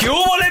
¿Qué hubo, le,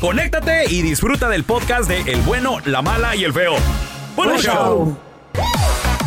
conéctate y disfruta del podcast de El bueno, la mala y el feo. Buen Buen show. show.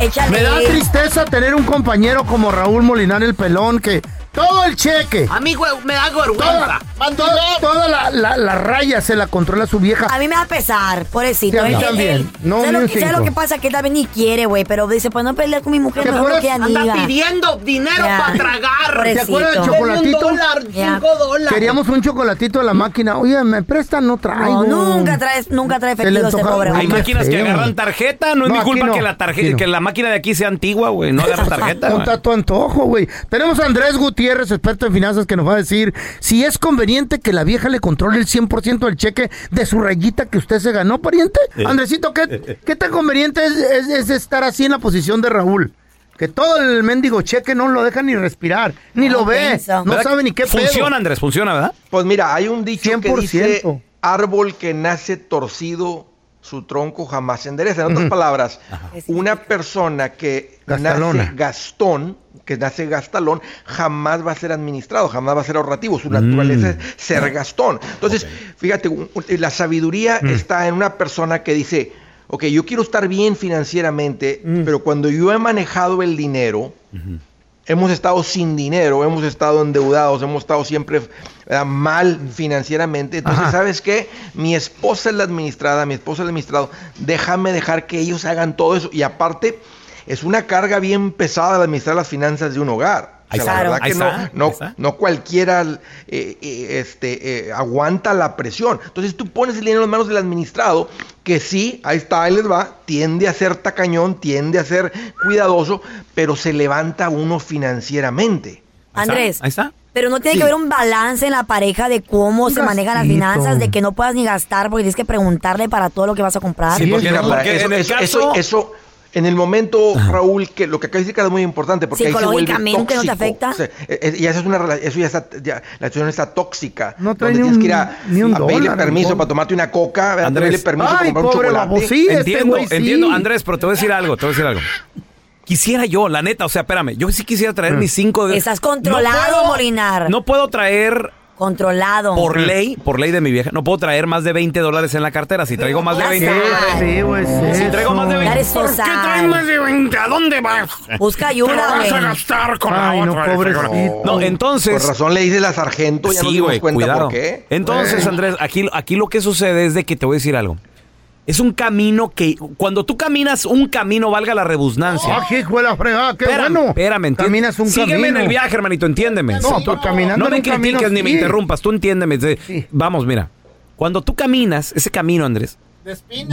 Échale. Me da tristeza tener un compañero como Raúl Molinar el Pelón que todo el cheque, A mí, güey, me da vergüenza. toda, toda, toda la, la- la raya se la controla su vieja. A mí me da pesar, pobrecito. Sí, a mí Él- él- también. él- No, ¿sabes ni lo, un que, ¿sabes cinco. lo que pasa? Que él también ni quiere, güey, pero dice, pues no pelear con mi mujer, ¿Te mejor no acuerdas? que Anda amiga. pidiendo dinero Ya. para tragar. Pobrecito. ¿Te acuerdas del Denme chocolatito? Un dólar, Ya. cinco dólares. Queríamos un chocolatito de la máquina. Oye, ¿me prestan? No traigo. No, nunca trae, nunca trae Se le efectivo este antoja- pobre, Hay Ay, qué güey. máquinas que feo. agarran tarjeta. No es No, mi aquí culpa no, que, la tarje- aquí no. que la máquina de aquí sea antigua, güey. No agarra tarjeta. Con güey. tanto antojo, güey. Tenemos a Andrés Gutiérrez, experto en finanzas, que nos va a decir si es conveniente que la vieja le controle el 100% del cheque de su rayita que usted se ganó, pariente. Andresito, ¿qué, qué tan conveniente es, es- es estar así en la posición de Raúl? Que todo el mendigo cheque no lo deja ni respirar, ni No lo ve, pienso. no ¿Verdad sabe que ni qué pedo. Funciona, Andrés, funciona, ¿verdad? Pues mira, hay un dicho que 100%. dice árbol que nace torcido, su tronco jamás se endereza. En otras palabras, una persona que Gastalona. nace gastón, que nace gastalón, jamás va a ser administrado, jamás va a ser ahorrativo. Su naturaleza es ser gastón. Entonces, fíjate, un- un- la sabiduría está en una persona que dice, ok, yo quiero estar bien financieramente, pero cuando yo he manejado el dinero, hemos estado sin dinero, hemos estado endeudados, hemos estado siempre ¿verdad? mal financieramente. Entonces, Ajá. ¿sabes qué? Mi esposa es la administrada, mi esposo es el administrado. Déjame dejar que ellos hagan todo eso. Y aparte, es una carga bien pesada de administrar las finanzas de un hogar. O Ahí sea, está, la verdad ahí que no- está, no, ahí está. no cualquiera eh, eh, este, eh, aguanta la presión. Entonces tú pones el dinero en las manos del administrado, que sí, ahí está, ahí les va, tiende a ser tacañón, tiende a ser cuidadoso, pero se levanta uno financieramente. Ahí está, Andrés. Ahí está. Pero no tiene que haber un balance en la pareja de cómo se manejan las gastito. finanzas, de que no puedas ni gastar porque tienes que preguntarle para todo lo que vas a comprar. Sí, porque, Carla, porque eso, en el eso- caso... eso- eso, en el momento, Raúl, que lo que acá dice que es muy importante porque ahí se vuelve Psicológicamente, ¿no te tóxico. afecta? O sea, eh, eh, y esa es una rela- eso ya está, ya, la situación está tóxica. No trae donde ni tienes que ir un- a, ni un a pedirle dólar, permiso Raúl. para tomarte una coca, a Andrés. pedirle permiso para Ay, comprar un pobre chocolate. babo, sí, este Entiendo, güey sí. entiendo. Andrés, pero te voy a decir algo, te voy a decir algo. Quisiera yo, la neta, o sea, espérame, yo sí quisiera Mm. traer mis cinco de... Estás controlado, Molinar. No puedo traer Controlado. por Mm. ley, por ley de mi vieja, no puedo traer más de 20 dólares en la cartera. Si traigo más de Ya 20 está. dólares... Sí, güey, es Si traigo más de eso. 20... Eres ¿Por qué social. traes más de 20? ¿A dónde vas? Busca Te lo ayuda, vas a güey. gastar con la Ay, no, otra. pobrecito. No, entonces... Por razón le dice la sargento, ya nos Sí, dimos güey, cuenta cuidado. por qué. Entonces, Andrés, aquí, aquí lo que sucede es de que te voy a decir algo. Es un camino que, cuando tú caminas un camino, valga la redundancia. Ah, hijo de la fregada, qué espérame, bueno. espérame, enti- Caminas un Sígueme camino. en el viaje, hermanito, entiéndeme. No, tú caminando No me en un camino, critiques ni me sí. interrumpas, tú entiéndeme. De- Sí. Vamos, mira. Cuando tú caminas ese camino, Andrés,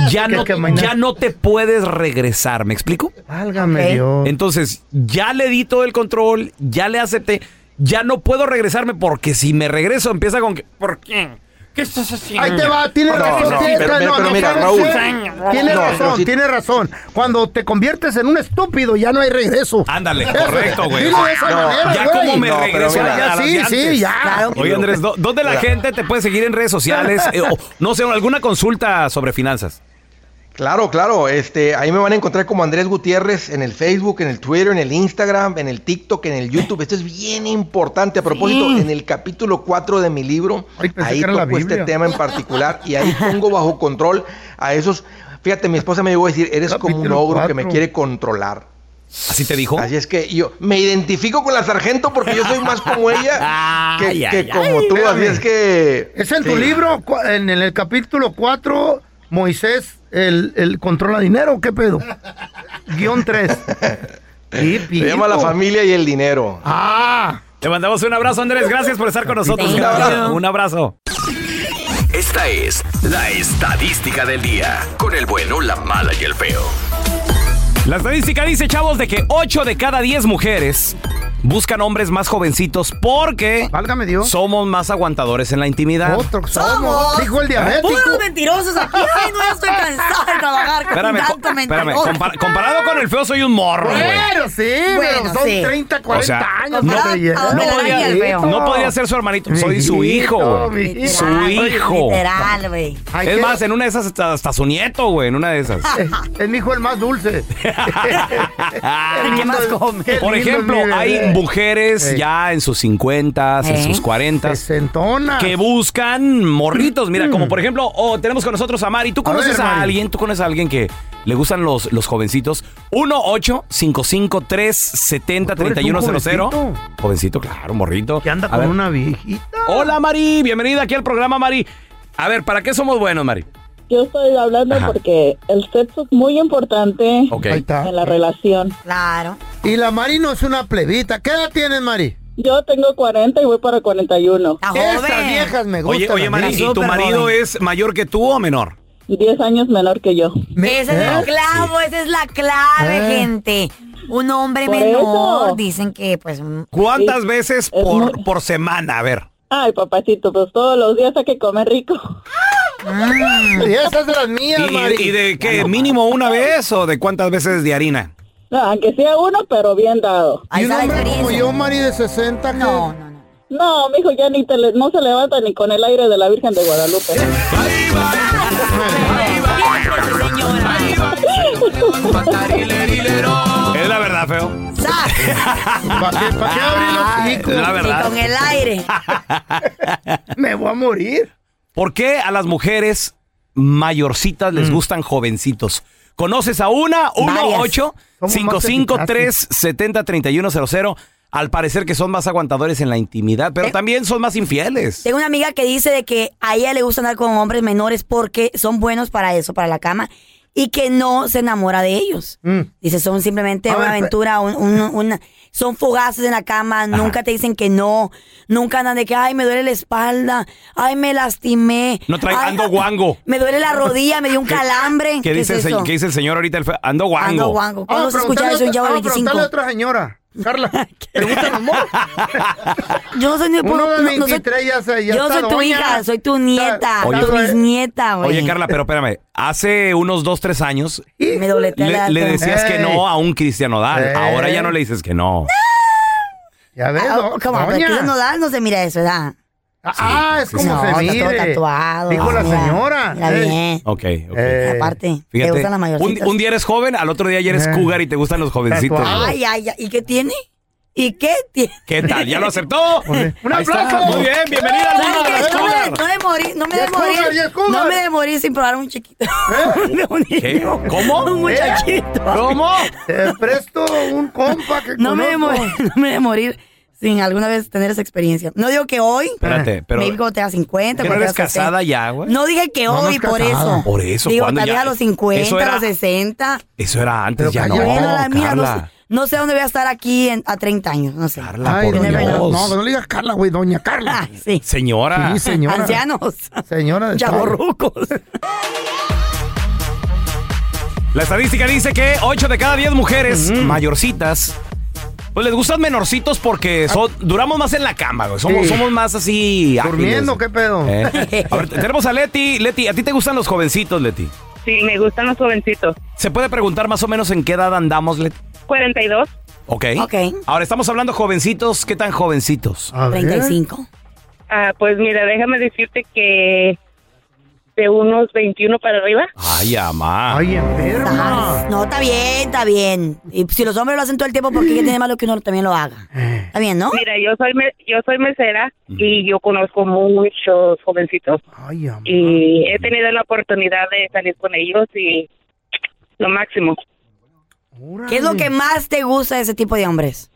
ya que no, caminar. ya no te puedes regresar, ¿me explico? Válgame Ok. Dios. Entonces, ya le di todo el control, ya le acepté, ya no puedo regresarme porque si me regreso empieza con que, ¿por qué? ¿Qué estás haciendo? Ahí te va, Ah, tiene No, razón. no, tiene- pero- pero- no, pero no, mira, ¿sabes Raúl. qué? Tiene No, pero razón, sí- tiene razón. Cuando te conviertes en un estúpido, ya no hay regreso. Ándale, Eso, correcto, güey. dilo de esa No, manera, ya güey. como me No, pero regreso mira, a Ya, las sí, de antes. sí, ya. Oye, Andrés, ¿dó- ¿dónde la gente te puede seguir en redes sociales? Eh, o, no sé, alguna consulta sobre finanzas. Claro, claro. Este, ahí me van a encontrar como Andrés Gutiérrez en el Facebook, en el Twitter, en el Instagram, en el TikTok, en el YouTube. Esto es bien importante. A propósito, en el capítulo 4 de mi libro, Ay, pensé ahí que era la toco este Biblia. tema en particular y ahí pongo bajo control a esos. Fíjate, mi esposa me llegó a decir, eres como un Capítulo ogro que me 4. quiere controlar. ¿Así te dijo? Así es que yo me identifico con la sargento porque yo soy más como ella que, Ay, que ay, como tú. Así espérame. es que. Es en tu sí. libro, cu- en, en el capítulo 4, Moisés, el, el controla dinero, ¿o ¿qué pedo? Guión 3. Se llama La familia y el dinero. Ah, Te mandamos un abrazo, Andrés. Gracias por estar con nosotros. Thank carnal. you. Un abrazo. Esta es la estadística del día. Con el bueno, la mala y el feo. La estadística dice, chavos, de que 8 de cada 10 mujeres buscan hombres más jovencitos porque válgame Dios. somos más aguantadores en la intimidad. Otro Somos somos, dijo el Puros diabético. mentirosos aquí. Ay, no, ya estoy cansado de trabajar con Espérame, co- tanto espérame. mentiroso. compar- comparado con el feo, soy un morro, güey. Pero sí, Bueno, pero son sí. 30, 40 O sea, años. no- te llenas. no No Del podría, ángel feo. no podría ser su hermanito. Soy su hijo. güey. Mijito, mi- Su hijo. Literal, güey. Ay, Es qué- más, en una de esas hasta, hasta su nieto, güey, en una de esas. Es, es mi hijo el más dulce. ¿Y qué más come? Qué Por lindo ejemplo, es mi hay bebé. mujeres Ey. ya en sus 50, en Ey. sus 40 Sesentonas. Mm. que buscan morritos. Mira, como por ejemplo, oh, tenemos con nosotros a Mari. ¿Tú conoces ver, a, Mari. alguien? ¿Tú conoces a alguien que le gustan los, los jovencitos? 1 8 55 370 ¿Tú eres un 3100 jovencito? Jovencito, claro, morrito. Que anda A con ver. una viejita. Hola, Mari. Bienvenida aquí al programa, Mari. A ver, ¿para qué somos buenos, Mari? Yo estoy hablando Ajá. porque el sexo es muy importante Ok. Ahí está. en la relación. Claro. Y la Mari no es una plebita. ¿Qué edad tienes, Mari? Yo tengo 40 y voy para 41. Está Estas joven. viejas me gustan. Oye, oye, a Mari, mí. ¿y tu Súper marido joven. es mayor que tú o menor? ¿Eh? 10 años menor que yo. Me- Ese es el clavo, esa es la clave, Ah. Eh. gente. Un hombre Por menor, eso. dicen que, pues, un- ¿Cuántas Sí, veces es por, muy- por semana? A ver. Ay, papacito, pues todos los días hay que comer rico. Mm. Y esas de las mías, ¿Y, y- Mari. y de qué? ¿Mínimo una vez o de cuántas veces de harina? No, aunque sea uno, pero bien dado. Y ahí un está la hombre como experiencia. yo, Mari, de 60, que- No, no, no. No, mijo, ya ni te le- no se levanta ni con el aire de la Virgen de Guadalupe. Siempre, sí, señora. Es la verdad, feo. Sac, ¿Para qué, pa' qué abrir los La hijos? y verdad. Ah, con el aire. Me voy a morir. ¿Por qué a las mujeres mayorcitas les gustan jovencitos? ¿Conoces a una? Mm. Varias. 1-8-553-70-3100. Al parecer que son más aguantadores en la intimidad, pero Eh. también son más infieles. Tengo una amiga que dice de que a ella le gusta andar con hombres menores porque son buenos para eso, para la cama, y que no se enamora de ellos. Mm. Dice, son simplemente A una ver, pe- aventura, un- un- una- son fugaces en la cama, nunca te dicen que no, nunca andan de que, ay, me duele la espalda, ay, me lastimé. No trae- ay, ando guango. Me duele la rodilla, me dio un calambre. ¿Qué, dice es el, se- eso? qué dice el señor ahorita? El fe- Ando guango. Ando guango. ¿Cuándo Vamos se a escucha eso en preguntarle a Chavo otra- vamos a 25? preguntarle ah, a otra señora. Carla, ¿te gustan los morros? Yo no soy ni Uno de no- no soy- 23 ya se- ya Yo no está soy tu doña. hija, soy tu nieta, Oye, tu Carla, bisnieta, güey. Oye, Carla, pero espérame. Hace unos dos, tres años Me dobletea la le, le decías que Ey. no a un Cristiano Dal. Ey. Ahora ya no le dices que no. Ya ves, Ah, do- oh, come on, pero doña. que no da, no se mira eso, ¿verdad? Ah, es como no, se está todo mire. tatuado. Dijo la mira, señora. Mira Eh, bien. Ok, ok. Eh, Aparte, te Fíjate, gustan las un, mayorcitas. un día eres joven, al otro día ya eres Eh. cougar y te gustan los jovencitos. Tatuado. Ay, ay, ay. ¿Y qué tiene? ¿Y qué tiene? ¿Qué tal? ¿Ya lo aceptó? Ole. ¡Un Ahí está. aplauso! Muy bien, bienvenida al mundo de ¿Sabes las qué? No me, cougar. no me morí, no me Ya de es cougar, ya morir. es cougar. No me de morir sin probar un chiquito. ¿Eh? un niño. ¿Qué? ¿Cómo? Un muchachito. ¿Cómo? Te presto un compa que No me, de conozco. morir, no me de morir sin alguna vez tener esa experiencia. No digo que hoy. Espérate, pero Maybe cuando tengas 50. ¿Que no cuando eres tengas 60. casada ya, güey? No dije que No, no hoy, es por casada. eso. Por eso, Digo, ¿cuándo tal vez ya? a los Eso 50, era- a los 60. Eso era antes, Pero ya no. cállate. Bueno, la mía, no, sé- Carla, no sé dónde voy a estar aquí en- a 30 años, no sé. Carla, Ay, por doña, Dios. no, no le digas Carla, güey, doña Carla. Ay, sí. Señora. Sí, señora. Ah, Ancianos. Señora de Chavorrucos. Mm. La estadística dice que 8 de cada 10 mujeres mayorcitas Pues les gustan menorcitos porque son- duramos más en la cama, güey. Pues Somos, Sí. somos más así. ágiles. ¿Durmiendo? ¿Qué pedo? Eh. A ver, tenemos a Leti. Leti, ¿a ti te gustan los jovencitos, Leti? Sí, me gustan los jovencitos. ¿Se puede preguntar más o menos en qué edad andamos, Leti? ¿Eh? 42. Ok. Ok. Ahora estamos hablando jovencitos. ¿Qué tan jovencitos? A ver. 35. Ah, pues mira, déjame decirte que de unos 21 para arriba. Ay, mamá. Ay, enferma. Estás- No, está bien, está bien. Y si los hombres lo hacen todo el tiempo, ¿por qué tiene malo que uno también lo haga? Eh. Está bien, ¿no? Mira, yo soy me- yo soy mesera y yo conozco muchos jovencitos Ay, amor. y he tenido la oportunidad de salir con ellos y lo máximo. Mm. ¿Qué es lo que más te gusta de ese tipo de hombres?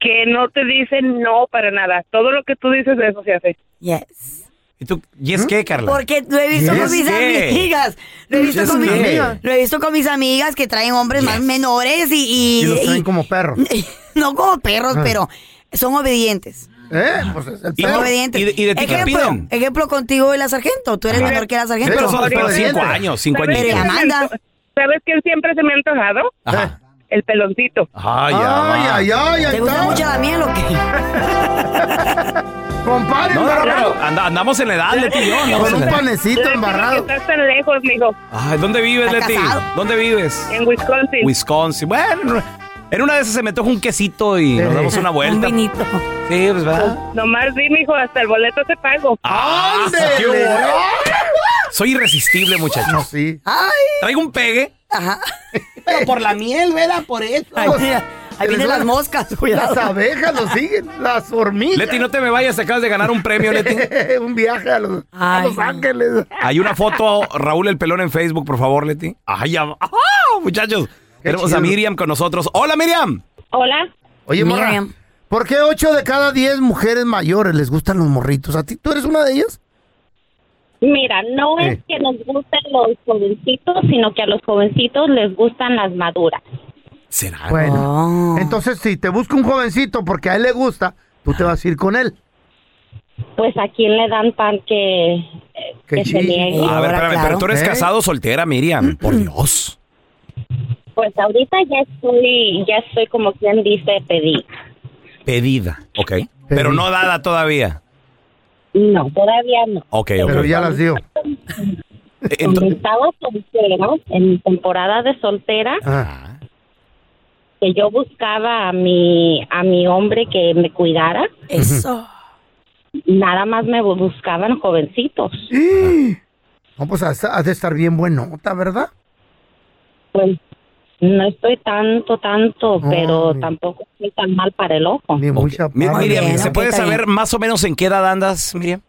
Que no te dicen no para nada. Todo lo que tú dices, eso se hace. Yes. ¿Y tú? ¿Y ¿Mm? es qué, Carla? Porque lo he visto con Yes, mis ¿qué? amigas. Lo he, visto Yes, con mis, ¿qué? lo he visto con mis amigas que traen hombres más menores y... y- Y los traen y- como perros. no como perros, Ah. pero son obedientes. ¿Eh? Pues es el Y- Son perro. obedientes. ¿y de- y de ti qué ejemplo, piden? Ejemplo contigo y la sargento. Tú eres Ajá. menor que la Pero, sargento. son- pero pero siempre. cinco años, cinco ¿Sabes años. Pero quién se me Amanda. anto- ¿Sabes quién siempre se me ha antojado? Ajá. El peloncito. Ay, ¿Eh? Ay, ay, ay, ahí ¿Te gusta está. mucho la miel o qué? Compadre, No, no, no, embarrado. pero anda- andamos en la edad, Leti y yo. andamos Con en un la edad. panecito embarrado. Estás tan lejos, mijo, Ay, ¿dónde vives, ¿Está Leti? casado? ¿Dónde vives? en Wisconsin. Wisconsin. Bueno, en una de esas se me antoja un quesito y nos damos una vuelta. Un vinito. Sí, pues va. Nomás di, mijo, hasta el boleto te pago. Ah, qué ¡Ándele! bueno. Soy irresistible, No, muchachos. sí. Ay, Traigo un pegue. ajá. Pero por la miel, ¿verdad? Por eso. Ay, mira, ahí vienen las moscas, Las cuidado. abejas lo siguen, las hormigas. Leti, no te me vayas, te acabas de ganar un premio, Leti. un viaje a los, a Ay. Los Ángeles. Hay una foto, Raúl el Pelón en Facebook, por favor, Leti. Ay, ya. ¡Ah, muchachos. Tenemos a chido. Miriam con nosotros. Hola, Miriam. Hola. Oye, morra, Miriam. ¿por qué 8 de cada 10 mujeres mayores les gustan los morritos? ¿A ti tú eres una de ellas? Mira, no Sí. es que nos gusten los jovencitos, sino que a los jovencitos les gustan las maduras. ¿Será? Bueno. Oh. Entonces, si te busca un jovencito porque a él le gusta, tú te vas a ir con él. Pues a quién le dan pan que, eh, Que que se chille. niegue. a ver, ahora, espérame, claro. pero tú eres ¿Eh? casado o soltera, Miriam. Por Dios. Pues ahorita ya estoy, ya estoy como quien dice pedir. Pedida. Ok. Pero no dada todavía. No, todavía no. Ok, ok. Pero ya las dio. Eh, Cuando Ento- estaba soltera, en mi temporada de soltera, Ah. que yo buscaba a mi, a mi hombre que me cuidara, Eso. nada más me bu- buscaban jovencitos. ¡Y! No, pues has, has de estar bien buenota, ¿verdad? Pues no estoy tanto, tanto, Ay. pero tampoco estoy tan mal para el ojo. Ni Ok. muy chapada. Mi- Miriam, Ah, bien, ¿se ok, puede está saber más o menos en qué edad andas, Miriam?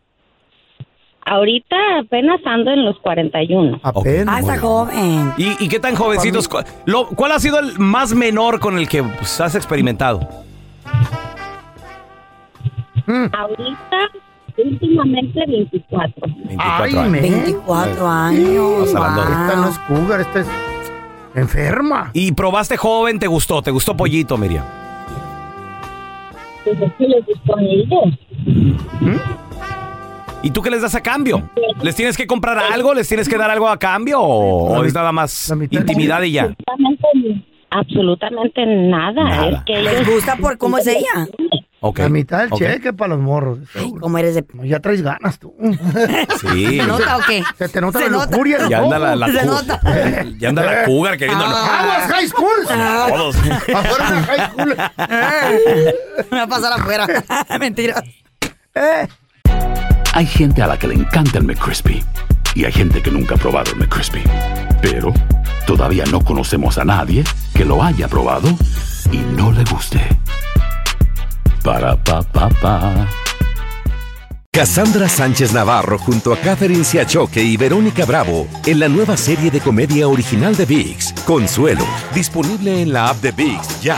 Ahorita apenas ando en los 41. Ah, Apenas. está joven. ¿Y, y qué tan jovencitos? ¿Cuál, lo- cuál ha sido el más menor con el que pues, has experimentado? Mm. Ahorita, últimamente 24. 24 Ay, años. me. 24 Sí, años. hablando de- Esta no es wow. cougar, esta es enferma. ¿Y probaste joven? ¿Te gustó? ¿Te gustó pollito, Miriam? Pues es que les gustó a ellos. ¿Y tú qué les das a cambio? ¿Les tienes que comprar algo? ¿Les tienes que dar algo a cambio? ¿O, La o es mi- nada más la mitad. intimidad y ya? Absolutamente, absolutamente nada. Nada. Es que ¿Les ellos, gusta por cómo es ella? Ok. La mitad del ok. cheque para los morros. Ay, ¿Cómo eres de... No, ya traes ganas tú. Sí. ¿Se nota o qué? Se te nota Se la nota. lujuria. en los Ya anda la, la Se cu- nota. Ah. Ya anda la cougar queriendo. ojos. ¡Aguas high school! Todos. ¡Afuera una high school! Ah. Me va a pasar afuera. Mentira. Hay gente a la que le encanta el McCrispy y hay gente que nunca ha probado el McCrispy. Pero todavía no conocemos a nadie que lo haya probado y no le guste. Para pa pa pa. Cassandra Sánchez Navarro junto a Catherine Siachoque y Verónica Bravo en la nueva serie de comedia original de VIX, Consuelo, disponible en la app de VIX ya.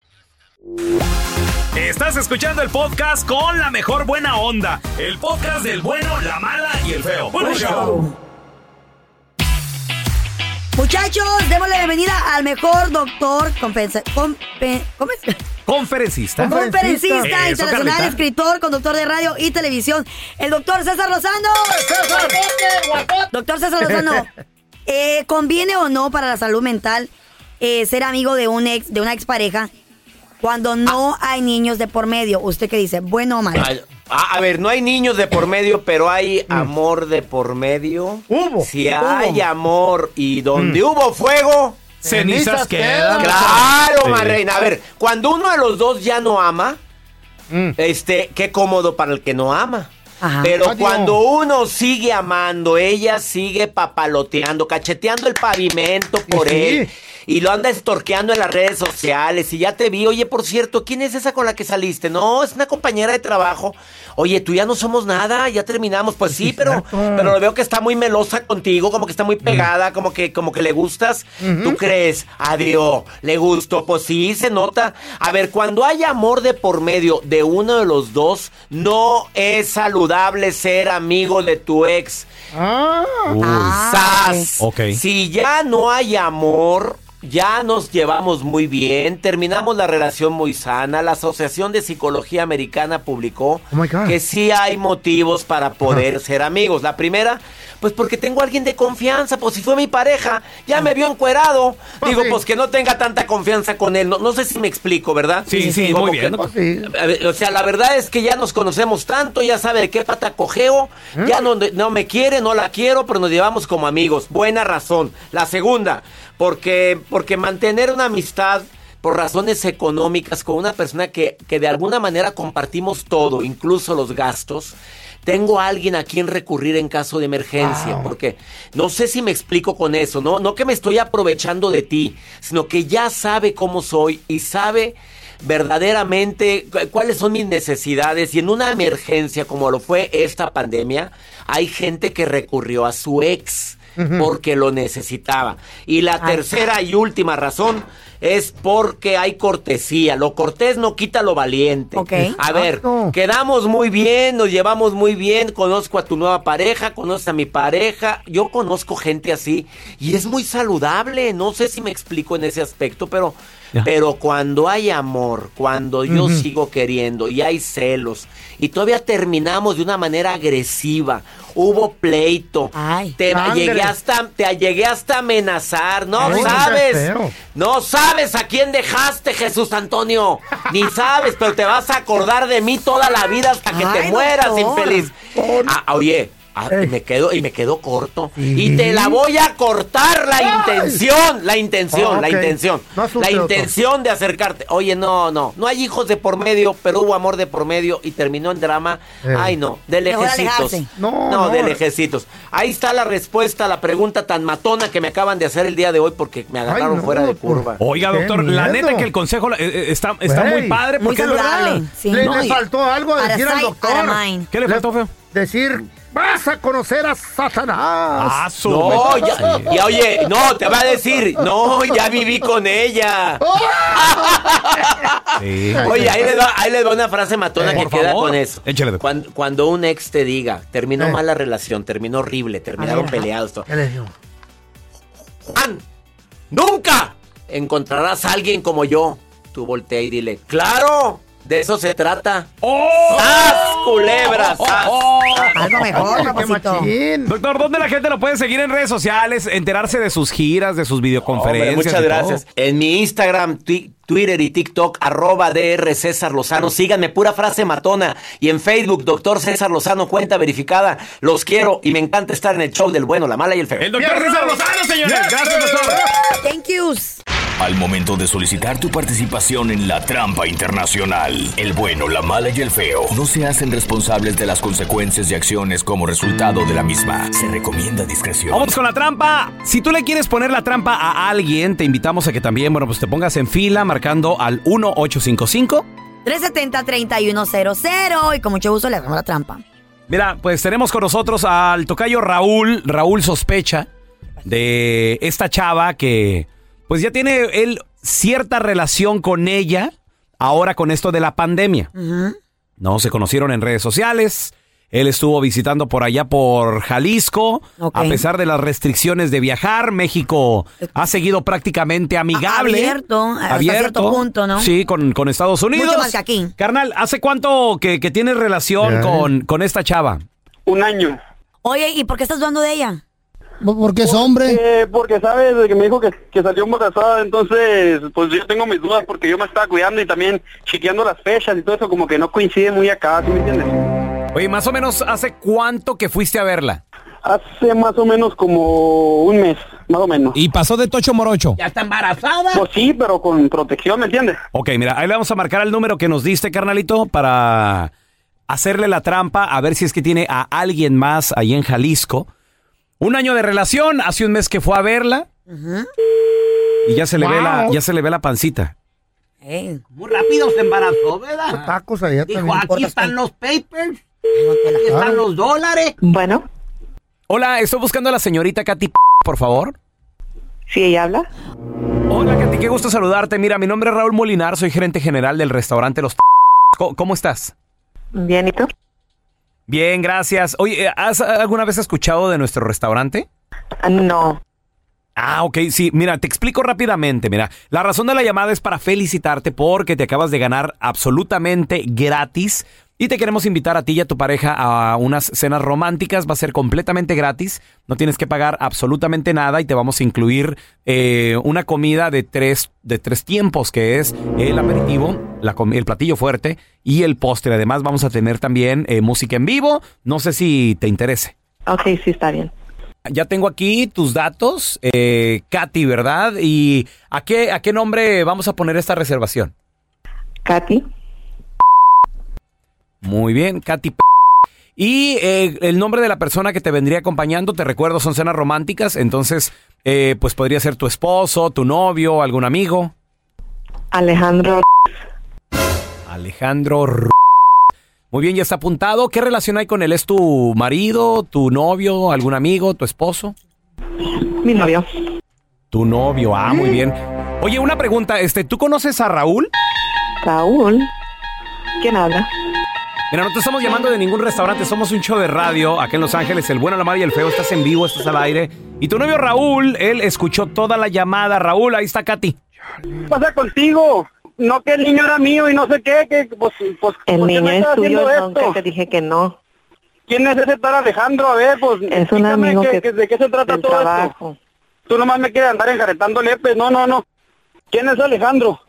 Estás escuchando el podcast con la mejor buena onda. El podcast del bueno, la mala y el feo. Bueno, show. Muchachos, démosle la bienvenida al mejor doctor compensa, compe- ¿cómo es? Conferencista. conferencista Eso, internacional, Carlita. escritor, conductor de radio y televisión, el doctor César Lozano. Doctor César Lozano, eh, ¿conviene o no para la salud mental eh, ser amigo de un ex, de una expareja cuando no hay niños de por medio? ¿Usted qué dice? ¿Bueno o malo? Ay, A, a ver, no hay niños de por medio, pero hay amor de por medio. Hubo. Si hay Mm. Hubo. amor y donde Mm. hubo fuego, Cenizas quedan. Claro, Sí. ma reina. A ver, cuando uno de los dos ya no ama, Mm. este, qué cómodo para el que no ama. Pero Adiós. cuando uno sigue amando, ella sigue papaloteando, cacheteando el pavimento por sí. él y lo anda estorqueando en las redes sociales y ya te vi, oye, por cierto, ¿quién es esa con la que saliste? No, es una compañera de trabajo. Oye, tú ya no somos nada, ya terminamos. Pues sí, pero, pero lo veo que está muy melosa contigo, como que está muy pegada, como que, como que le gustas. ¿Tú crees? Adiós, le gustó. Pues sí, se nota. A ver, cuando hay amor de por medio de uno de los dos, no es saludable ser amigo de tu ex. ¡Sas! Si ya no hay amor, ya nos llevamos muy bien, terminamos la relación muy sana. La Asociación de Psicología Americana publicó Oh my God. que sí hay motivos para poder ser amigos. La primera, pues porque tengo a alguien de confianza, pues si fue mi pareja, ya me vio encuerado. Ah, Digo, pues que no tenga tanta confianza con él. No, no sé si me explico, ¿verdad? Sí, sí, Como muy bien. que- a ver, O sea, la verdad es que ya nos conocemos tanto, ya sabe de qué pata cojeo, ya no, no me quiere, no la quiero, pero nos llevamos como amigos. Buena razón. La segunda, porque, porque mantener una amistad por razones económicas con una persona que, que de alguna manera compartimos todo, incluso los gastos. Tengo a alguien a quien recurrir en caso de emergencia, porque no sé si me explico con eso, ¿no? No que me estoy aprovechando de ti, sino que ya sabe cómo soy y sabe verdaderamente cu- cuáles son mis necesidades y en una emergencia como lo fue esta pandemia, hay gente que recurrió a su ex Ujú. porque lo necesitaba. Y la Ay. tercera y última razón es porque hay cortesía. Lo cortés no quita lo valiente. A ver, quedamos muy bien, nos llevamos muy bien, conozco a tu nueva pareja, conozco a mi pareja, yo conozco gente así y es muy saludable, no sé si me explico en ese aspecto, pero, pero cuando hay amor, cuando yo Ujú. sigo queriendo y hay celos y todavía terminamos de una manera agresiva, hubo pleito, te Sangre. llegué hasta, te llegué hasta amenazar, no Ay, qué sabes. feo. No sabes a quién dejaste, Jesús Antonio. Ni sabes, pero te vas a acordar de mí toda la vida hasta que te Ay, mueras, doctor. infeliz. Ah, oye, ah, y me quedo, y me quedo corto. Y te la voy a cortar la intención, la intención, Ah, la ok. intención. No asustes, la doctor. intención de acercarte. Oye, no, no. No hay hijos de por medio, pero hubo amor de por medio y terminó en drama. Eh. Ay, no, de Mejor lejecitos. alejarse. No, no. de lejecitos. Ahí está la respuesta a la pregunta tan matona que me acaban de hacer el día de hoy porque me agarraron fuera de curva. Oiga, doctor, la neta que el consejo eh, eh, está, está muy padre porque es verdad. Le, No, le y- faltó algo a Para decir al sight, doctor. para mind. ¿Qué le faltó, feo? Decir, vas a conocer a Satanás. Ah, No, ya, ya, oye, no, te va a decir, no, ya viví con ella. Oye, ahí les, va, ahí les va una frase matona Eh, que por queda favor. Eh. con eso. Cuando, cuando un ex te diga, terminó mal la relación, terminó horrible, terminaron peleados. todo. ¿Qué le dijo? Juan, nunca encontrarás a alguien como yo. Tú voltea y dile, claro, de eso se trata. Oh. ¡Oh! ¡Sas, culebra! ¡Sas! Ah, Algo mejor, papacito. Doctor, ¿dónde la gente lo puede seguir en redes sociales? Enterarse de sus giras, de sus videoconferencias. Hombre, muchas y todo? gracias. En mi Instagram, twi- Twitter y TikTok, arroba DR César Lozano. Síganme, pura frase matona. Y en Facebook, doctor César Lozano, cuenta verificada. Los quiero y me encanta estar en el show del bueno, la mala y el feo. El doctor César Lozano, señores. Gracias, doctor. Thank yous. Al momento de solicitar tu participación en la trampa internacional, el bueno, la mala y el feo no se hacen responsables de las consecuencias y acciones como resultado de la misma. Se recomienda discreción. Vamos con la trampa. Si tú le quieres poner la trampa a alguien, te invitamos a que también, bueno, pues te pongas en fila marcando al 1855. 370-3100 y con mucho gusto le hacemos la trampa. Mira, pues tenemos con nosotros al tocayo Raúl. Raúl sospecha de esta chava que, pues ya tiene él cierta relación con ella ahora con esto de la pandemia. No, se conocieron en redes sociales. Él estuvo visitando por allá por Jalisco. Ok. A pesar de las restricciones de viajar, México ha seguido prácticamente amigable. Ah, Abierto, hasta cierto punto, ¿no? Sí, con, con Estados Unidos. Mucho más que aquí. Carnal, ¿hace cuánto que, que tienes relación con, con esta chava? Un año. Oye, ¿y por qué estás dudando de ella? Porque es hombre. porque, sabes, de que me dijo que, que salió embarazada, entonces, pues yo tengo mis dudas porque yo me estaba cuidando y también chequeando las fechas y todo eso, como que no coincide muy acá, ¿sí me entiendes? Oye, más o menos, ¿hace cuánto que fuiste a verla? Hace más o menos como un mes, más o menos. ¿Y pasó de tocho morocho? ¿Ya está embarazada? Pues sí, pero con protección, ¿me entiendes? Ok, mira, ahí le vamos a marcar el número que nos diste, carnalito, para hacerle la trampa, a ver si es que tiene a alguien más ahí en Jalisco. Un año de relación, hace un mes que fue a verla y ya se le ve la, Wow. ya se le ve la pancita. Muy rápido se embarazó, ¿verdad? Tacos allá Dijo, también aquí importa están los papers, aquí están los dólares. Bueno, Hola, estoy buscando a la señorita Katy, P, por favor. sí, ella habla. Hola, Katy, qué gusto saludarte. Mira, mi nombre es Raúl Molinar, soy gerente general del restaurante Los P. ¿Cómo- ¿Cómo estás? Bien, ¿y tú? Bien, gracias. Oye, eh, ¿has alguna vez escuchado de nuestro restaurante? Ah, No. Ah, ok, sí. Mira, te explico rápidamente. Mira, la razón de la llamada es para felicitarte porque te acabas de ganar absolutamente gratis. Y te queremos invitar a ti y a tu pareja a unas cenas románticas. Va a ser completamente gratis. No tienes que pagar absolutamente nada y te vamos a incluir eh, una comida de tres, de tres tiempos, que es el aperitivo, la comi- el platillo fuerte y el postre. Además, vamos a tener también eh, música en vivo. No sé si te interese. Ok, sí, está bien. Ya tengo aquí tus datos, eh, Katy, ¿verdad? ¿Y a qué, a qué nombre vamos a poner esta reservación? Katy, Muy bien, Katy. P. Y eh, el nombre de la persona que te vendría acompañando, te recuerdo, son cenas románticas, entonces, eh, pues podría ser tu esposo, tu novio, algún amigo. Alejandro. Alejandro. R- Muy bien, ya está apuntado. ¿Qué relación hay con él? ¿Es tu marido, tu novio, algún amigo, tu esposo? Mi novio. Tu novio, ah, muy bien. Oye, una pregunta, este, ¿tú conoces a Raúl? Raúl. ¿Quién habla? Mira, no te estamos llamando de ningún restaurante, somos un show de radio acá en Los Ángeles, el bueno, la mala y el feo, estás en vivo, estás al aire. Y tu novio Raúl, él escuchó toda la llamada. Raúl, ahí está Katy. ¿Qué pasa contigo? No que el niño era mío y no sé qué, que pues... pues El ¿por qué niño me es estás tuyo, haciendo nunca te dije que no. ¿Quién es ese tal Alejandro? A ver, pues... Es un explícame amigo qué- que- qué- ¿De qué se trata del todo trabajo. esto? Tú nomás me quieres andar enjaretando lepes. No, no, no. ¿Quién es Alejandro?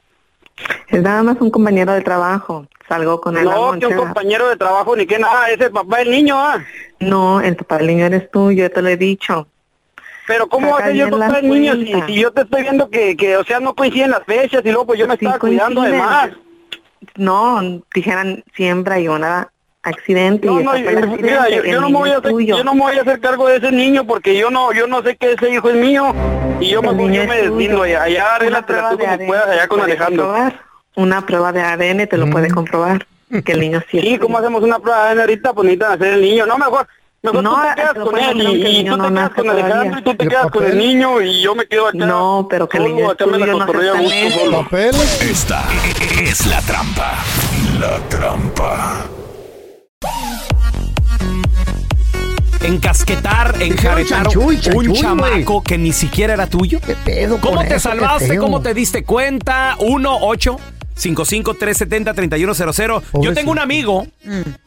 Es nada más un compañero de trabajo. Salgo con él. No, al que un lonche. compañero de trabajo ni que nada, ese papá del niño, ah. No, el papá del niño eres tú, yo te lo he dicho. Pero ¿cómo va a ser yo Saca bien papá la del niño si, cuenta. si yo te estoy viendo que, que, o sea, no coinciden las fechas y luego pues yo me Sí estaba cuidando coinciden. además? No, dijeran siempre hay un accidente. No, y no, ese yo, fue el accidente, mira, yo, el yo no me niño voy a es hacer, tuyo. yo no me voy a hacer cargo de ese niño porque yo no, yo no sé que ese hijo es mío y yo mejor yo me deslindo allá, allá arréglatela tú como puedas allá con Alejandro. Una prueba de ADN te lo puede Mm. comprobar. Que el niño sí. es Sí, tuyo. ¿cómo hacemos una prueba de ADN ahorita? Pues necesitan hacer el niño, no, mejor, mejor No, tú te eso quedas con fue él lo que el y, y niño tú no te quedas nace con Alejandro todavía. y tú te quedas con el niño y yo me quedo acá. No, pero que el niño Esta es la trampa. La trampa. Encasquetar, enjaretar chanchuy, chanchuy, un güey. chamaco que ni siquiera era tuyo. ¿Cómo con te eso, qué salvaste? feo. ¿Cómo te diste cuenta? 1 8 Mm. 55 370 3100 Yo tengo un amigo,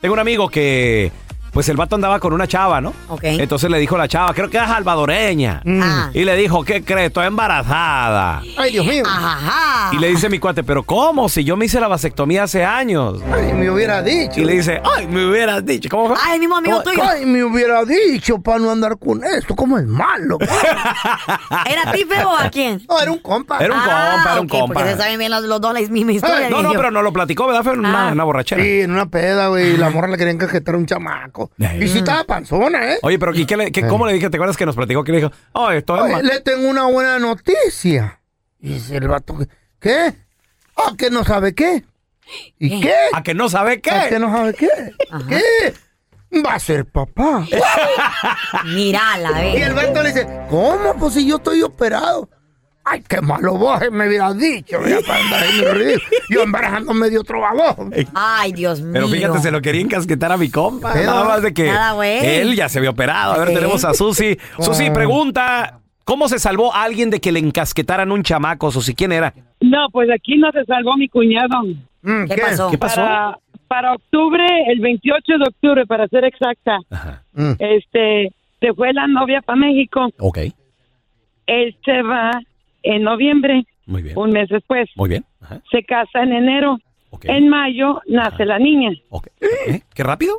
tengo un amigo que pues el vato andaba con una chava, ¿no? Ok. Entonces le dijo la chava, creo que era salvadoreña. Mm. Ah. Y le dijo, ¿qué crees? Estoy embarazada. Ay, Dios mío. Ajá. Y le dice mi cuate, ¿pero cómo? Si yo me hice la vasectomía hace años. Ay, me hubiera dicho. Y le dice, ay, me hubieras dicho. ¿Cómo fue? Ay, mismo amigo tuyo. Ay, me hubiera dicho para no andar con esto. ¿Cómo es malo? ¿Era a ti, feo, o a quién? Ah, No, era un compa. Era un compa, era un ok, compa. Porque se saben bien los, los dos la misma historia. no, dije no, yo. pero no lo platicó, ¿verdad? Fue en una, Ah. una borrachera. Sí, en una peda, güey. y La morra le querían cajetar a un chamaco. Y si estaba panzona, ¿eh? Mm. Oye, pero ¿y qué le- qué- cómo le dije? ¿Te acuerdas que nos platicó que le dijo, ay, estoy Oye, embarazada? le tengo una buena noticia. Y dice el vato, ¿qué? Ah, que no sabe qué. ¿Y qué? ¿A que no sabe qué? ¿A que no sabe qué? ¿Qué? Va a ser papá. Mírala, Y el ve. vato le dice, ¿cómo? Pues si yo estoy operado. Ay, qué malo vos me hubieras dicho. mira, para andar ahí en el río. Yo embarazándome de otro baboso. Ay, Dios mío. Pero fíjate, se lo quería encasquetar a mi compa. Pero- nada más de que Nada, güey. él ya se había operado. A ver, Sí. tenemos a Susi. Susi, Ah. pregunta, ¿cómo se salvó alguien de que le encasquetaran un chamaco? Susi, ¿quién era? No, pues aquí no se salvó mi cuñado. Mm, ¿Qué pasó? ¿Qué pasó? Para, para octubre, el 28 de octubre, para ser exacta, Mm. este, se fue la novia para México. Ok, Él se va en noviembre, muy bien. un mes después. Muy bien. Ajá, Se casa en enero. ok, En mayo nace la niña. ok. ¿Eh? ¿Qué rápido?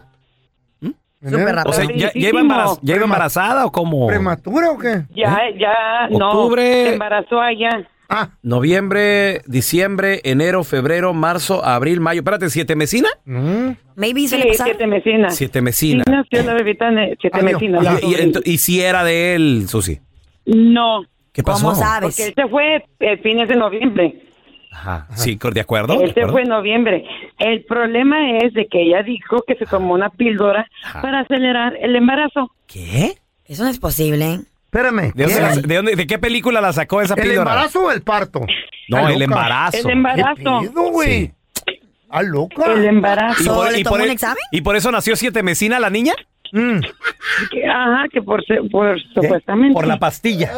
¿Mm? ¿Eh? Súper rápido. O sea, ¿ya, ya iba, embaraz- ya iba embarazada o cómo? ¿Prematura o qué? Ya, ya, ¿Eh? Octubre. no, se embarazó allá. Ah, Noviembre, diciembre, enero, febrero, marzo, abril, mayo. Espérate, ¿siete mesina? mm. Maybe se Sí, le pasaron. siete mesinas. Siete mesina. Sí, nació la bebita en- siete Ay, Dios. mesinas. la Y, y sobrina. ento- y si era de él, Susi. No, ¿Qué pasó? ¿Cómo sabes? porque él se fue el fines de noviembre. Ajá. Sí, de acuerdo. de Él acuerdo. se Este fue en noviembre. El problema es de que ella dijo que se tomó una píldora Ajá. para acelerar el embarazo. ¿Qué? Eso no es posible. ¿eh? Espérame. ¿De, dónde ¿qué? la- de dónde- de qué película la sacó esa ¿El píldora? embarazo o el parto? No, Está el loca. embarazo. El embarazo. ¿Qué pedo, güey? ¿Ah, loca? El ¿Y embarazo. ¿Solo por, le y tomó por- e un examen? y por eso nació siete mesina la niña? Mm. Que- Ajá, que por, se- por supuestamente. Por la pastilla.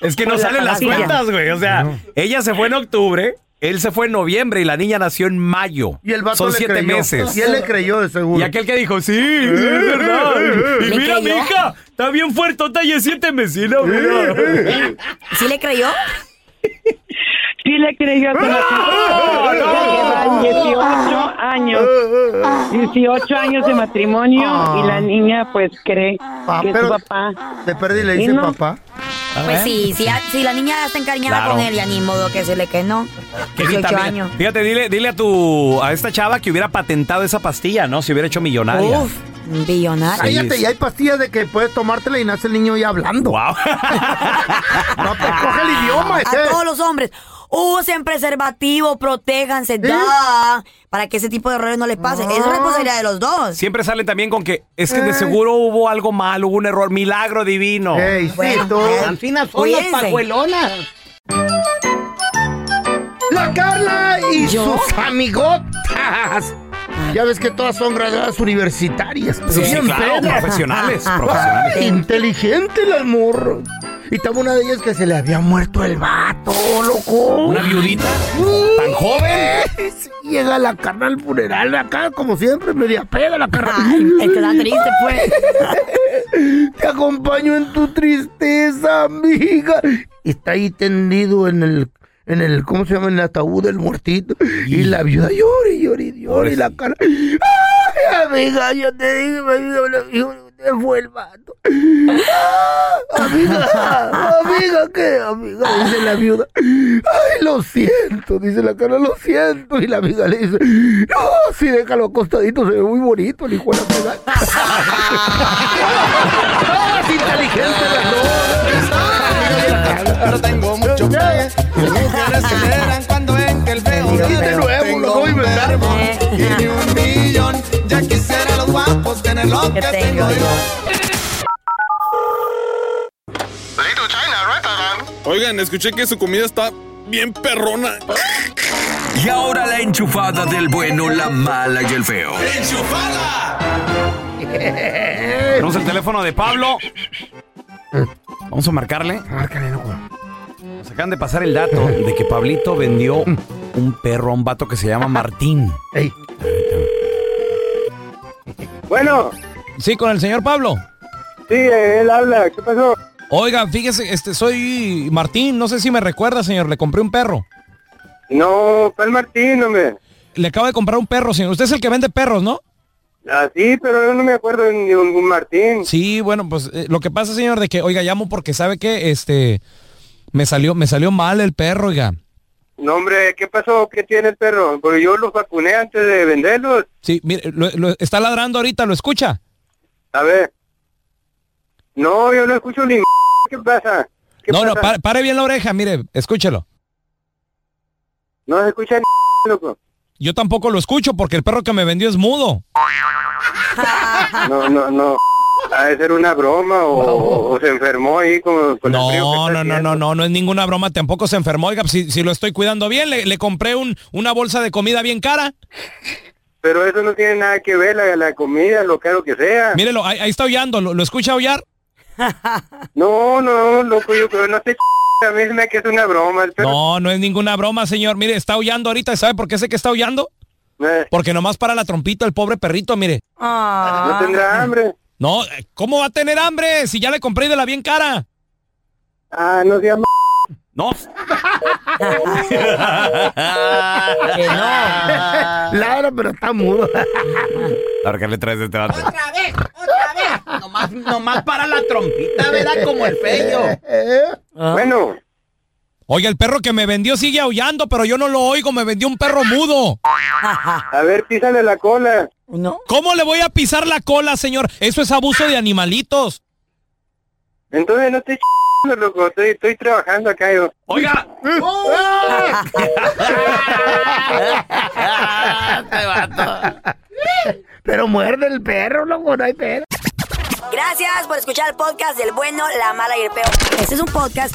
Es que no Por la salen las pastilla. cuentas, güey. O sea, No. ella se fue en octubre, él se fue en noviembre y la niña nació en mayo. Y el vato Son le siete creyó. meses. Y él le creyó de seguro. Y aquel que dijo, sí, es verdad. Y ¿Le mira, creyó? mija, está bien fuertota y es siete mesina, mira. ¿Sí le creyó? Sí le creyó que ¡Ah! no, ¡Ah! llevan 18 años. 18 años de matrimonio Ah. y la niña pues cree Ah, que es su pero- papá. De perdí le ¿Y dice no? papá. Pues sí, si, ya- si la niña está encariñada ¿eh? Claro. con él, ya ni modo que se le que no. Qué 18 vitamina. años. Fíjate, dile, dile a tu a esta chava que hubiera patentado esa pastilla, ¿no? Se hubiera hecho millonaria. Uf, billonario. Cállate, sí. y hay pastillas de que puedes tomártela y nace el niño ya hablando. Wow. No, pues coge el idioma. A ese. todos los hombres. Usen preservativo, protéjanse, da, para que ese tipo de errores no les pase. Ah. Es responsabilidad de los dos. Siempre salen también con que es que de seguro hubo algo mal, hubo un error, milagro divino. Ey, sí, Bueno, tú. ya. Tan finas son las Cuídense. pajuelonas. La Carla y ¿Yo? sus amigotas. Ya ves que todas son graduadas universitarias. pero Sí, sí, bien claro, feas. profesionales, Ay, profesionales. inteligente el amor. Y estaba una de ellas que se le había muerto el vato, loco. Una viudita tan joven. Sí, Llega la carnal al funeral acá, como siempre, media pega la carnal. Ay, es que da triste, pues. Te acompaño en tu tristeza, amiga. Está ahí tendido en el, en el, ¿cómo se llama? En el ataúd del muertito. Y la viuda llora y llora y llora. Y la cara. Ay, amiga, yo te dije, amiga, lo- yo- te fue el vato. Ah, amiga, amiga, ¿qué? Amiga, dice la viuda. Ay, lo siento, dice la cara, lo siento. Y la amiga le dice, no, sí, déjalo acostadito, se ve muy bonito, el hijo de la pegada. ¡Ah, es inteligente las dos! No tengo mucho Ya, Las mujeres se enteran cuando ven que el feo Y de feo nuevo, tengo loco, un ¿verdad? verbo Y ni un millón Ya quisiera los guapos tener lo Que que tengo tengo yo Oigan, escuché que su comida está bien perrona. Y ahora la enchufada del bueno, la mala y el feo. Tenemos el teléfono de Pablo. Vamos a marcarle. Márcale, loco. Nos acaban de pasar el dato de que Pablito vendió un perro a un vato que se llama Martín. Ey, Bueno, Sí, con el señor Pablo. Sí, eh, él habla. ¿Qué pasó? Oiga, fíjese, este, soy Martín. No sé si me recuerda, señor. Le compré un perro. No, ¿cuál Martín, hombre? Le acabo de comprar un perro, señor. Usted es el que vende perros, ¿no? Ah, sí, pero yo no me acuerdo de ningún Martín. Sí, bueno, pues eh, lo que pasa, señor, de que, oiga, llamo porque sabe que, este, me salió, me salió mal el perro, oiga. No, hombre, ¿qué pasó? ¿Qué tiene el perro? Porque yo los vacuné antes de venderlos. Sí, mire, lo- lo- está ladrando ahorita, ¿lo escucha? A ver. No, yo no escucho ni... m- ¿Qué pasa? ¿Qué No, no, pasa? pare, pare bien la oreja, mire, escúchelo. No se escucha ni... m- loco. Yo tampoco lo escucho porque el perro que me vendió es mudo. No, no, no. Ha de ser una broma o, o se enfermó ahí como con el frío que No, está no, no, no, no, no es ninguna broma, tampoco se enfermó, oiga, si, si lo estoy cuidando bien, le, le compré un, una bolsa de comida bien cara. Pero eso no tiene nada que ver la, la comida, lo caro que sea. Mírelo, ahí, ahí está aullando, ¿lo, lo escucha aullar? No, no, loco, yo creo, no te c- a mí se me hace que es una broma. el perro. No, no es ninguna broma, señor, mire, está aullando ahorita, ¿sabe por qué sé que está aullando? Eh. Porque nomás para la trompita el pobre perrito, mire. Ah. Ah. No tendrá hambre. No, eh, ¿cómo va a tener hambre si ya le compré de la bien cara? Ah, no seas m- No. Que no. Ladra, pero está mudo. Ahora que le traes este vato. Otra vez, otra vez. Nomás, nomás para la trompita, ¿verdad? Como el fello. Bueno. Oiga, el perro que me vendió sigue aullando, pero yo no lo oigo, me vendió un perro mudo. A ver, písale la cola. ¿Cómo le voy a pisar la cola, señor? Eso es abuso de animalitos. Entonces no te c- loco, estoy, estoy trabajando acá yo. Oiga. Pero muerde el perro, loco, no hay perro. Gracias por escuchar el podcast del bueno, la mala y el peor. Este es un podcast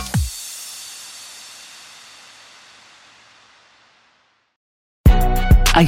Hay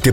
¿Te